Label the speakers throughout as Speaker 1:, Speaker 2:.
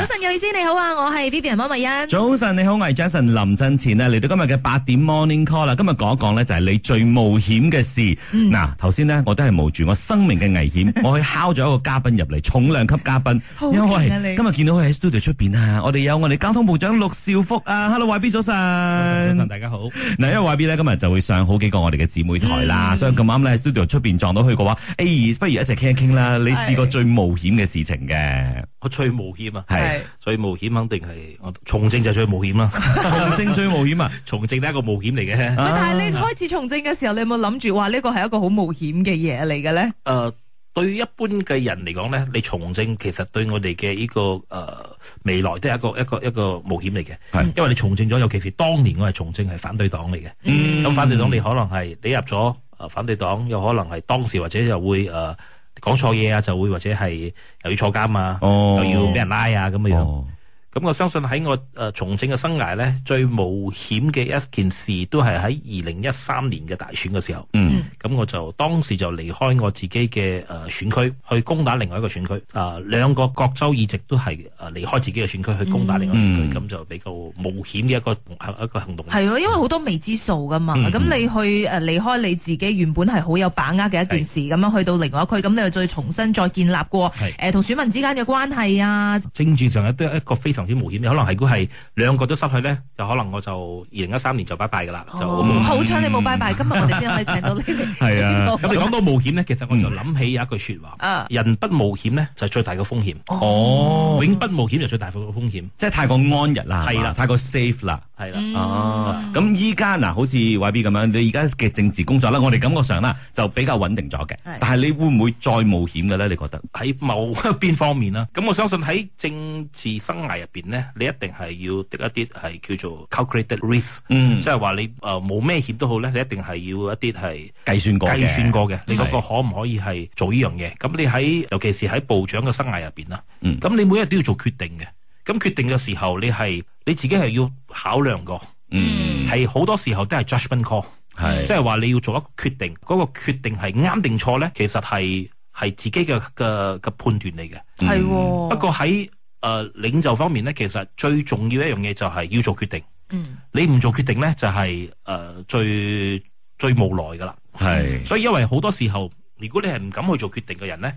Speaker 1: 早晨，有意思，你好啊，我係 Vivian 摩慧欣。
Speaker 2: 早晨，你好，我係 Jason 林振前啊，嚟到今日嘅八點 Morning Call 啊啦。今日講一講呢，就係你最冒險嘅事。
Speaker 1: 嗯
Speaker 2: 嗱，頭先呢，我都係冒住我生命嘅 危險，我去敲咗一個嘉賓入嚟，重量級嘉賓，
Speaker 1: 好勁
Speaker 2: 因
Speaker 1: 啊
Speaker 2: 為
Speaker 1: 你
Speaker 2: 今日見到佢喺 studio 出邊啊，我哋有我哋交通部長陸兆福啊，Hello YB 早晨，
Speaker 3: 大家好。
Speaker 2: 嗱，因為 YB 咧今日就會上好幾個我哋嘅姊妹台啦，
Speaker 1: 嗯
Speaker 2: 所以咁啱咧喺 studio 出邊撞到佢嘅話，誒、不如一齊傾一傾啦。你試過最冒險嘅事情嘅，
Speaker 3: 我最冒險啊，
Speaker 2: 係
Speaker 3: 最冒險肯定係我從政就最冒 險啦。
Speaker 2: 從政最冒險啊！
Speaker 3: 從政都係一個冒 險嚟嘅。誒、
Speaker 2: 啊
Speaker 4: 喂但係你開始從政嘅時候，你有冇諗住話呢個係一個好冒險嘅嘢嚟嘅咧？
Speaker 3: 對一般嘅人嚟講咧，你從政其實對我哋嘅呢個誒、呃未來都係一個一個一個冒險嚟嘅。
Speaker 2: 係
Speaker 3: 因為你從政咗，尤其是當年我係從政係反對黨嚟嘅。咁、反對黨你可能係你入咗誒反對黨，有可能係當時或者又會誒。呃講錯嘢啊，就會或者係又要坐監啊，
Speaker 2: 哦
Speaker 3: 又要俾人拉啊咁嘅樣。
Speaker 2: 哦
Speaker 3: 咁我相信喺我誒、呃、從政嘅生涯咧，最冒險嘅一件事都係喺二零一三年嘅大選嘅時候。
Speaker 2: 嗯，
Speaker 3: 咁我就當時就離開我自己嘅誒、呃、選區，去攻打另外一個選區。啊、兩個各州議席都係誒、呃、離開自己嘅選區去攻打另外一個選區，咁、就比較冒險嘅一個呃一個行動。
Speaker 4: 嗯係啊咯，因為好多未知數噶嘛。
Speaker 3: 嗯
Speaker 4: 咁、你去誒離開你自己原本係好有把握嘅一件事，咁樣去到另外一區，咁你又再重新再建立過
Speaker 3: 係
Speaker 4: 誒同選民之間嘅關係啊。
Speaker 3: 政治上都係一個非常之冒險，可能係估係兩個都失去咧，就可能我就二零一三年就拜拜噶啦，就
Speaker 4: 哦好彩你冇拜拜，今日我哋先可以請到你嚟。
Speaker 2: 係啊
Speaker 3: 咁你講到冒險咧，其實我就諗起有一句説話，
Speaker 4: 啊
Speaker 3: 人不冒險咧就係最大嘅風險，
Speaker 2: 哦，
Speaker 3: 永不冒險就最大嘅風險，
Speaker 2: 即係太過安逸啦，
Speaker 3: 係
Speaker 2: 係
Speaker 3: 啦
Speaker 2: 嘛太過 safe 啦。
Speaker 3: 係啦。
Speaker 2: 哦，咁依家嗱，好似 YB 咁樣，你而家嘅政治工作咧，我哋感覺上啦就比較穩定咗嘅
Speaker 4: 係，
Speaker 2: 但係你會唔會再冒險嘅咧？你覺得？
Speaker 3: 喺某一邊方面啦，咁我相信喺政治生涯入邊咧，你一定係要的一啲係叫做 calculated risk，
Speaker 2: 嗯
Speaker 3: 即係話你誒呃冇咩險都好咧，你一定係要一啲係
Speaker 2: 計算過嘅
Speaker 3: 計算過嘅，你嗰個
Speaker 2: 係
Speaker 3: 可唔可以係做呢樣嘢？咁你喺尤其是喺部長嘅生涯入邊啦，
Speaker 2: 嗯
Speaker 3: 咁你每日都要做決定嘅，咁決定嘅時候你係你自己係要考量過。
Speaker 2: 嗯，
Speaker 3: 係好多時候都係 judgment call，
Speaker 2: 係
Speaker 3: 嗯即係話你要做一個決定，嗰、個決定係啱定錯咧，其實係係自己嘅嘅嘅判斷嚟嘅。
Speaker 4: 係喎、
Speaker 3: 不過喺誒、呃、領袖方面咧，其實最重要一樣嘢就係要做決定。
Speaker 4: 嗯，
Speaker 3: 你唔做決定咧，就係、呃最最無奈噶啦。
Speaker 2: 係
Speaker 3: 所以因為好多時候，如果你係唔敢去做決定嘅人咧，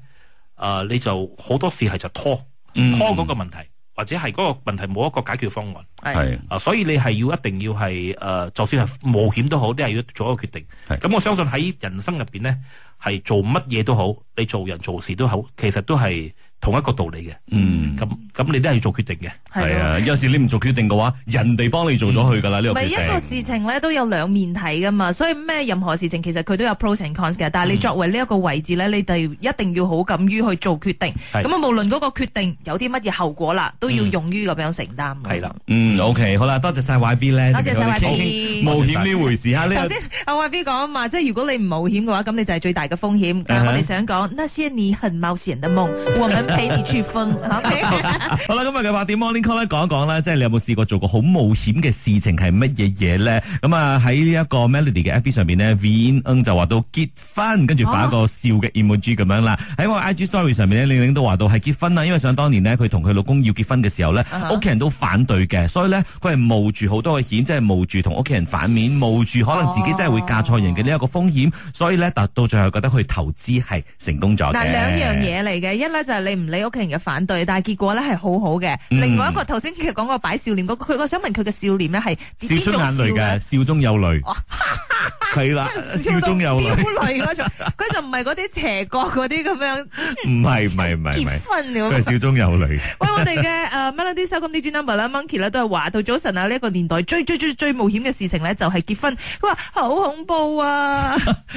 Speaker 3: 誒、你就好多事係就拖
Speaker 2: 嗯
Speaker 3: 拖嗰個問題，或者係嗰個問題冇一個解決方案。
Speaker 4: 係
Speaker 2: 係
Speaker 3: 啊，所以你係要一定要係誒、呃就算係冒險都好，都係要做一個決定。
Speaker 2: 係
Speaker 3: 咁我相信喺人生入邊咧，係做乜嘢都好，你做人做事都好，其實都係同一個道理嘅。
Speaker 2: 嗯。
Speaker 3: 咁咁你都係要做決定嘅。
Speaker 2: 系
Speaker 4: 咯嗯
Speaker 2: 啊，有時你唔做決定嘅話，人哋幫你做咗去㗎啦呢
Speaker 4: 唔
Speaker 2: 個
Speaker 4: 係
Speaker 2: 決
Speaker 4: 一個
Speaker 2: 定。
Speaker 4: 事情咧都有兩面睇噶嘛，所以咩任何事情其實佢都有 pros and cons 嘅。但
Speaker 3: 嗯
Speaker 4: 係你作為呢一個位置咧，你就一定要好敢於去做決定。
Speaker 3: 係
Speaker 4: 咁啊，無論嗰個決定有啲乜嘢後果啦，都要勇於咁樣承擔。
Speaker 3: 係啦。
Speaker 2: 嗯，OK，好啦，多謝晒 YB 咧，
Speaker 4: 多謝晒
Speaker 2: 同我哋傾
Speaker 4: YB
Speaker 2: 冒險呢回事啊嚇，呢
Speaker 4: 頭
Speaker 2: 個
Speaker 4: 先阿 Y B 講啊嘛，即係如果你唔冒險嘅話，咁你就係最大嘅風險。但 係我哋想講，那些你很冒險的夢，我們陪你去瘋。OK，
Speaker 2: 好啦，今日嘅八點 Morning Call 咧，講一講啦，即係你有冇試過做過好冒險嘅事情係乜嘢嘢咧？咁啊喺呢一個 Melody 嘅 FB 上面咧 v i n 就話到結婚，跟住擺一個笑嘅 emoji 咁樣啦。喺我 IG Story 上面咧，玲玲都話到係結婚啊啦，因為想當年呢，佢同佢老公要結婚嘅時候咧
Speaker 1: 啊
Speaker 4: 哈，
Speaker 2: 屋企人都反對嘅，所以咧佢係冒住好多嘅險，即係冒住同屋企人反面，冒住可能自己真係會嫁錯人嘅呢一個風險，所以咧達到最後覺得佢投資係成功咗嘅。
Speaker 1: 嗱，兩樣嘢嚟嘅，一咧就係你唔理屋企人嘅反對，但係結果咧係好好嘅。
Speaker 2: 嗯
Speaker 1: 另外一個頭先佢講個擺笑臉嗰個，佢我想問佢嘅笑臉咧係
Speaker 2: 笑出眼淚嘅，笑中有淚，係啦，笑中有淚，
Speaker 4: 淚嗰種， 佢就唔係嗰啲斜角嗰啲咁樣
Speaker 2: 唔係唔係唔係唔係
Speaker 4: 結，婚咁
Speaker 2: 佢係笑中有淚。
Speaker 4: 喂，我哋嘅誒 Melody 收金 DJ number 啦，Monkey 咧都係話到早晨啊，呢、一個年代最最最最冒險嘅事情咧就係結婚。佢話好恐怖啊！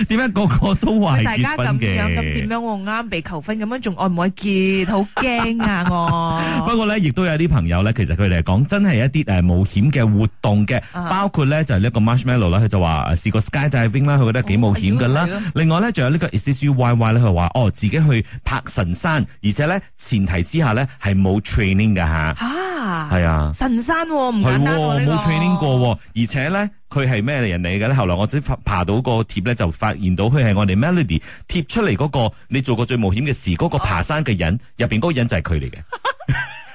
Speaker 2: 點解個個都話
Speaker 4: 大
Speaker 2: 係結
Speaker 4: 家咁
Speaker 2: 婚
Speaker 4: 樣咁
Speaker 2: 嘅？
Speaker 4: 點樣我啱被求婚咁樣，仲愛唔愛結？好驚啊我！
Speaker 2: 不過咧，亦都有啲朋友咧，其實佢哋係講真係一啲誒冒險嘅活動嘅，
Speaker 4: 啊
Speaker 2: 包括咧就係呢一個 Marshmallow 啦，佢就話呃誒試過 skydiving 啦，佢覺得幾冒險㗎
Speaker 4: 哦
Speaker 2: 啦
Speaker 4: 係咯係咯。
Speaker 2: 另外咧，仲有呢個 Is This You Why Why 咧，佢話哦自己去拍神山，而且咧前提之下咧係冇 training 㗎
Speaker 4: 啊
Speaker 2: 吓，
Speaker 4: 嚇，
Speaker 2: 係啊。
Speaker 4: 神山喎唔
Speaker 2: 係
Speaker 4: 簡單喎
Speaker 2: 喎，
Speaker 4: 呢個
Speaker 2: 冇 training 過喎，而且咧佢係咩人嚟嘅咧？後來我只爬爬到個貼咧，就發現到佢係我哋 Melody 貼出嚟嗰、
Speaker 4: 哦
Speaker 2: 個你做過最冒險嘅事嗰、個爬山嘅人入邊嗰個人就係佢嚟嘅。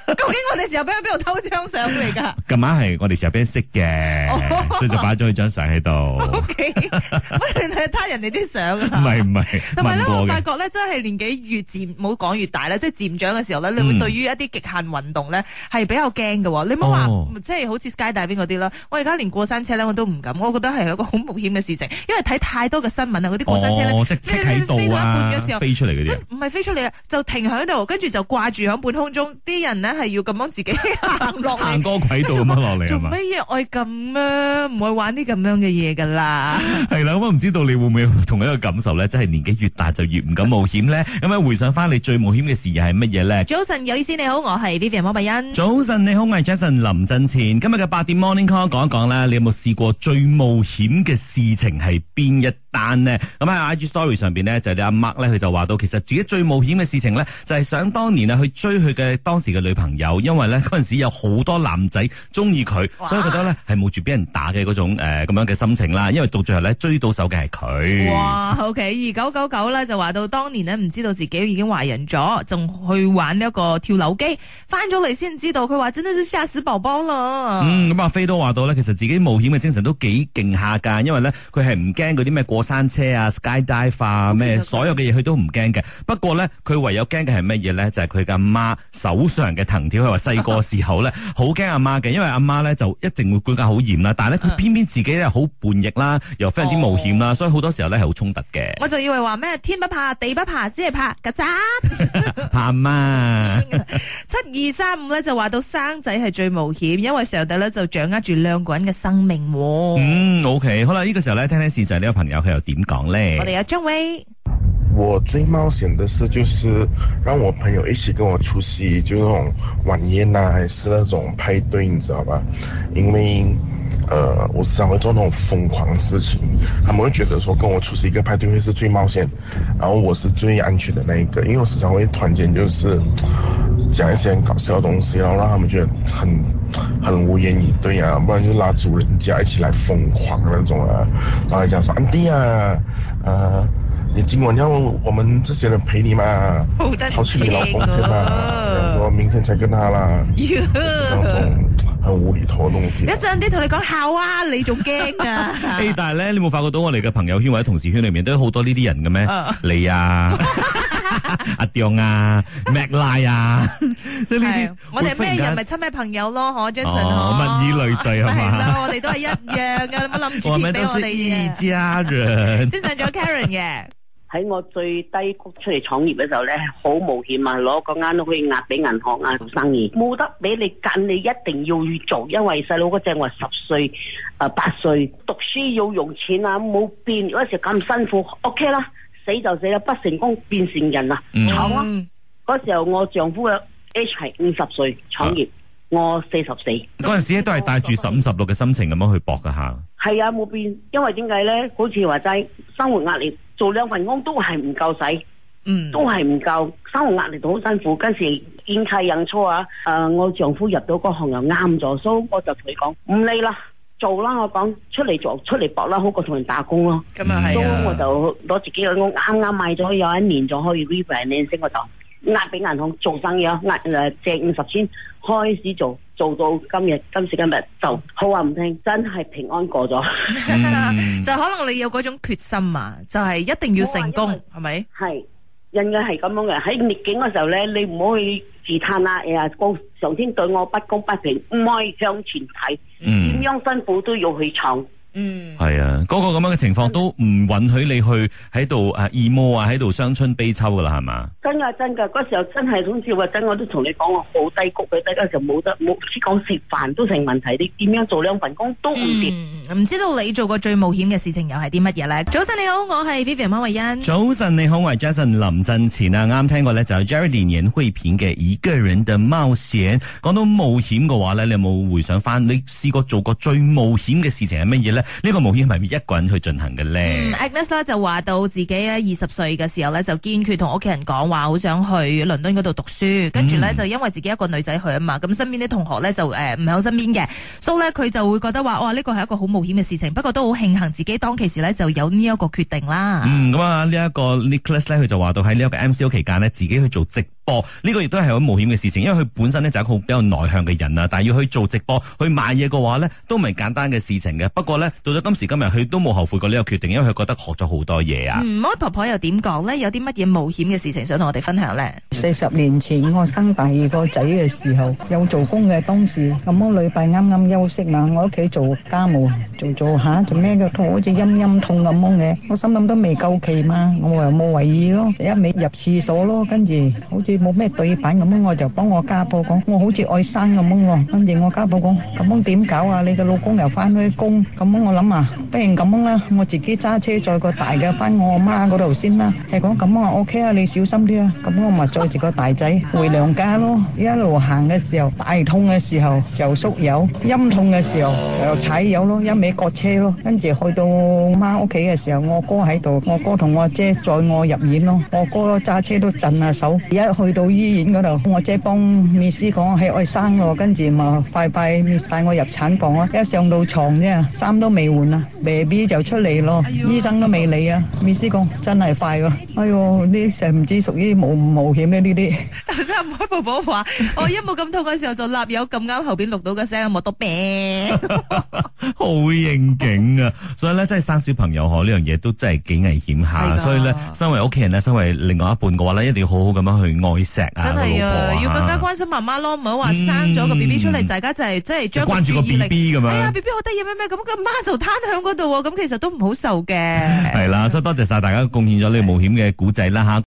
Speaker 4: 究竟我我哋時候俾佢邊度偷張相 嚟㗎？
Speaker 2: 近晚啊係我哋成日俾人識嘅，
Speaker 4: 哦
Speaker 2: 所以就擺咗佢張相喺度。
Speaker 4: O K，乜你 睇他人哋啲相
Speaker 2: 唔
Speaker 4: 啊？
Speaker 2: 係唔係，
Speaker 4: 同埋咧，
Speaker 2: 問過
Speaker 4: 我
Speaker 2: 嘅
Speaker 4: 發覺咧，真係年紀越漸冇講越大咧，即係漸長嘅時候咧，你
Speaker 2: 嗯
Speaker 4: 會對於一啲極限運動咧係比較驚嘅喎。你唔好
Speaker 2: 哦
Speaker 4: 話即係好似 skydiving 嗰啲啦，我而家連過山車咧我都唔敢，我覺得係一個好冒險嘅事情，因為睇太多嘅新聞啊，嗰啲過山車咧
Speaker 2: 哦，即係
Speaker 4: 飛
Speaker 2: 喺
Speaker 4: 飛
Speaker 2: 度
Speaker 4: 到一
Speaker 2: 啊
Speaker 4: 半嘅時，候
Speaker 2: 飛出嚟嗰啲啊。
Speaker 4: 都唔係飛出嚟啊，就停喺度，跟住就掛住喺半空中，啲人咧係要咁樣自己行落
Speaker 2: 行
Speaker 4: 嚟。
Speaker 2: 過軌道咁樣 落嚟
Speaker 4: 做
Speaker 2: 係嘛
Speaker 4: 乜？嘢愛咁啊？唔愛玩啲咁樣嘅嘢噶啦。
Speaker 2: 係啦，咁我唔知道你會唔會有同一個感受咧，即係年紀越大就越唔敢冒險咧。咁樣回想翻你最冒險嘅事係乜嘢咧？
Speaker 4: 早晨，有意思你好，我係 Vivian 摩碧欣。
Speaker 2: 早晨，你好，我係 Jason 林振前。今日嘅八點 Morning Call 講一講啦，你有冇試過最冒險嘅事情係邊一單呢？咁喺 IG Story 上邊呢，就你阿 Mark 咧，佢就話到其實自己最冒險嘅事情呢，就係想當年啊去追佢嘅當時嘅女朋友，因為呢嗰陣時有好多男仔中意佢，
Speaker 4: 哇
Speaker 2: 所以覺得呢係冒住俾人打嘅嗰種誒咁樣嘅心情啦。因為到最後呢，追到手嘅係
Speaker 4: 嗯
Speaker 2: 佢。
Speaker 4: 哇，OK，二九九九咧就話到當年呢，唔知道自己已經懷孕咗，仲去玩呢一個跳樓機，翻咗嚟先知道，佢話真係嚇死寶寶啦。
Speaker 2: 嗯，咁阿飛都話到咧，其實自己冒險嘅精神都幾勁下㗎，因為咧佢係唔驚嗰啲咩過山車啊、skydive 啊、咩所有嘅嘢，佢都唔驚嘅。不過咧，佢唯有驚嘅係乜嘢咧？就係佢嘅阿媽手上嘅藤條。佢話細個時候咧，好驚阿媽嘅，因為阿媽咧就一定會管教好嚴啦。但係咧，佢偏偏自己咧好叛逆啦，又非常之冒險啦，所以好多時候咧係好衝突嘅。
Speaker 1: 我就以為話咩天不怕地不怕，只係怕曱甴。
Speaker 2: 怕阿媽。
Speaker 4: 七二三五咧就話到生仔係最冒險，因為上帝咧就掌握住兩個人嘅生命喎。
Speaker 2: 嗯，OK，好啦，呢、個時候咧，聽聽線上呢個朋友佢又點講咧？
Speaker 4: 我哋有張威，
Speaker 5: 我最冒险的事就是让我朋友一起跟我出席，就是那种晚宴呐、还是那种派对，你知道吧？因为，呃，我时常会做那种疯狂的事情，他们会觉得说跟我出席一个派对会是最冒险，然后我是最安全的那一个，因为我时常会突然间就是讲一些很搞笑的东西，然后让他们觉得很很无言以对啊，不然就拉主人家一起来疯狂的那种啊，然后讲说安迪啊，呃。你今晚要我们这些人陪你嘛？
Speaker 4: 好得
Speaker 5: 抛弃你老公去
Speaker 4: 意
Speaker 5: 嘛？
Speaker 4: 啊
Speaker 5: 然 后明天才跟他啦，那
Speaker 4: 一
Speaker 5: 种很无厘头的东西。
Speaker 4: 陣啲同你講孝啊，你仲驚 啊？
Speaker 2: 诶，但系咧，你冇發覺到我哋嘅朋友圈或者同事圈裏面都有好多呢啲人嘅咩？
Speaker 4: 啊
Speaker 2: 你 啊，阿 Dion 啊，Mac 拉啊， 即係呢
Speaker 4: 係
Speaker 2: 啲，
Speaker 4: 啊我哋咩人咪
Speaker 2: 會
Speaker 4: 親咩朋友咯，嗬
Speaker 2: 忽然間
Speaker 4: ，Jason
Speaker 2: 哦，物以類聚係
Speaker 4: 係
Speaker 2: 嘛？
Speaker 4: 啦，我哋都係一樣嘅，你冇諗
Speaker 2: 我
Speaker 4: 住
Speaker 2: 們
Speaker 4: 偏俾
Speaker 2: 都
Speaker 4: 我
Speaker 2: 是
Speaker 4: 哋
Speaker 2: 一
Speaker 4: 嘅。
Speaker 2: 家 人。
Speaker 4: 先上咗 Karen 嘅，
Speaker 6: 喺我最低谷出嚟創業嘅時候咧，好冒險啊！攞嗰間屋去押俾銀行啊，做生意冇得俾你揀，你一定要做，因為細佬嗰陣我十歲、啊八歲，讀書要用錢啊，冇變嗰時咁辛苦，OK 啦，死就死啦，不成功變成人啦，
Speaker 2: 嗯
Speaker 6: 闖啦！
Speaker 4: 嗯
Speaker 6: 嗰、時候我丈夫嘅 H 係五十歲創業，我四十四。
Speaker 2: 嗰陣時咧都係帶住十五十六嘅心情咁樣去搏噶吓。
Speaker 6: 係啊，冇變，因為點解咧？好似話齋生活壓力，做兩份工都係唔夠使。
Speaker 4: 嗯，
Speaker 6: 都係唔夠，生活壓力都好辛苦。跟住應契應初啊，誒、我丈夫入到嗰行又啱咗，所以我就同佢講唔理啦，做啦。我講出嚟做，出嚟搏啦，好過同人打工咯。
Speaker 4: 咁啊係
Speaker 6: 所以
Speaker 2: 嗯
Speaker 4: 啊，
Speaker 6: 我就攞自己嘅屋啱啱買咗，有一年就可以 refinance，我就押俾銀行做生意啊，押誒借五十千開始做，做到今日今時今日就好話唔聽，真係平安過咗。
Speaker 2: 嗯
Speaker 4: 就可能你有嗰種決心啊，就係一定要成
Speaker 6: 冇
Speaker 4: 功
Speaker 6: 啊因為，
Speaker 4: 係咪？
Speaker 6: 系人嘅係咁樣嘅，喺逆境嘅時候咧，你唔好去自嘆啦，哎呀，高上天對我不公不平，唔可以向前睇，點
Speaker 2: 嗯，
Speaker 6: 樣辛苦都要去闖。
Speaker 4: 嗯，
Speaker 2: 係啊，嗰個咁樣嘅情況都唔允許你去喺度诶 emo 啊，喺度傷春悲秋噶啦，係嘛？
Speaker 6: 真噶真噶，嗰時候真係好似話真，我都同你講我好低谷嘅，低嗰時候冇得冇，只講食飯都成問題，你點樣做兩份工都唔掂。
Speaker 4: 嗯唔知道你做過最冒險嘅事情又係啲乜嘢咧？早晨你好，我係 Vivian 馬慧欣。
Speaker 2: 早晨，你好，我係 Jason 林振前啊，啱聽過咧就係 Jerry 年慧片嘅《一個人嘅冒險》。講到冒險嘅話咧，你有冇回想翻你試過做過最冒險嘅事情係乜嘢咧？呢、呢個冒險係咪一個人去進行嘅
Speaker 4: 嗯
Speaker 2: 咧？
Speaker 4: ，Agnes 咧就話到自己咧二十歲嘅時候咧就堅決同屋企人講話好想去倫敦嗰度讀書，跟住咧
Speaker 2: 嗯
Speaker 4: 就因為自己一個女仔去啊嘛，咁身邊啲同學咧就誒唔喺身邊嘅，所以咧佢就會覺得話哇呢個係一個好冒險嘅事情，不過都好慶幸自己當其時咧就有呢一個決定啦。
Speaker 2: 嗯嗯，咁啊呢一個 Nicholas 咧，佢就話到喺呢一個 MCO 期間呢，自己去做直播，呢、個亦都係好冒險嘅事情，因為佢本身咧就係一個好比較內向嘅人啊，但係要去做直播去賣嘢嘅話咧，都唔係簡單嘅事情嘅。不過咧，到咗今時今日，佢都冇後悔過呢個決定，因為佢覺得學咗好多嘢啊。
Speaker 4: 嗯，安婆婆又點講咧？有啲乜嘢冒險嘅事情想同我哋分享咧？
Speaker 7: 四十年前我生第二個仔嘅時候，有做工嘅當時，咁我禮拜啱啱休息嘛，我喺屋企做家務，做做下做咩嘅痛，好似陰陰痛咁樣嘅，我心諗都未夠期嘛，我又冇為意咯，一味入廁所咯，跟住好似冇咩對板咁樣，我就幫我家婆講，我好似愛生咁樣喎，跟住我家婆講，咁樣點搞啊？你嘅老公又翻去工，咁樣我諗啊，不如咁樣啦，我自己揸車載個大嘅翻我阿媽嗰度先啦，係講咁啊 OK 啊，你小心啲啊，咁我咪載住個大仔回娘家咯，一路行嘅時候，大痛嘅時候就縮油，陰痛嘅時候就踩油咯，一味割車咯，跟住去到我媽屋企嘅時候，我哥喺度，我哥同我姐載我入院咯，我哥揸車都震下手，一去到醫院嗰度，我姐幫 Miss 講係我生喎，跟住咪快快 Miss 帶我入產房啊，一上到床啫，衫都未換啊，BB 就出嚟咯，醫生都未理啊，Miss 講真係快喎，哎呦呢成唔知屬於冒唔冒險咧呢啲。
Speaker 4: 頭先阿安婆婆話：我一冇咁痛嘅時候就立有咁啱後邊錄到嘅聲，冇得病。
Speaker 2: 好應景啊！所以咧，真係生小朋友嗬，呢樣嘢都真係幾危險
Speaker 4: 係
Speaker 2: 下。
Speaker 4: 㗎
Speaker 2: 所以咧，身為屋企人咧，身為另外一半嘅話咧，一定要好好咁樣去愛錫啊，
Speaker 4: 真係啊
Speaker 2: 老婆，
Speaker 4: 要更加關心媽媽咯，唔好話
Speaker 2: 嗯
Speaker 4: 生咗個 B B 出嚟，大家就係即係
Speaker 2: 就
Speaker 4: 將
Speaker 2: 關注個
Speaker 4: 注
Speaker 2: B
Speaker 4: 意
Speaker 2: 啊
Speaker 4: 力
Speaker 2: B 咁
Speaker 4: 哎呀
Speaker 2: 樣。
Speaker 4: ，B B 好得意咩咩咁，個媽就攤響嗰度喎，咁其實都唔好受嘅。
Speaker 2: 係啦，所以多謝晒大家貢獻咗呢個冒險嘅古仔啦吓。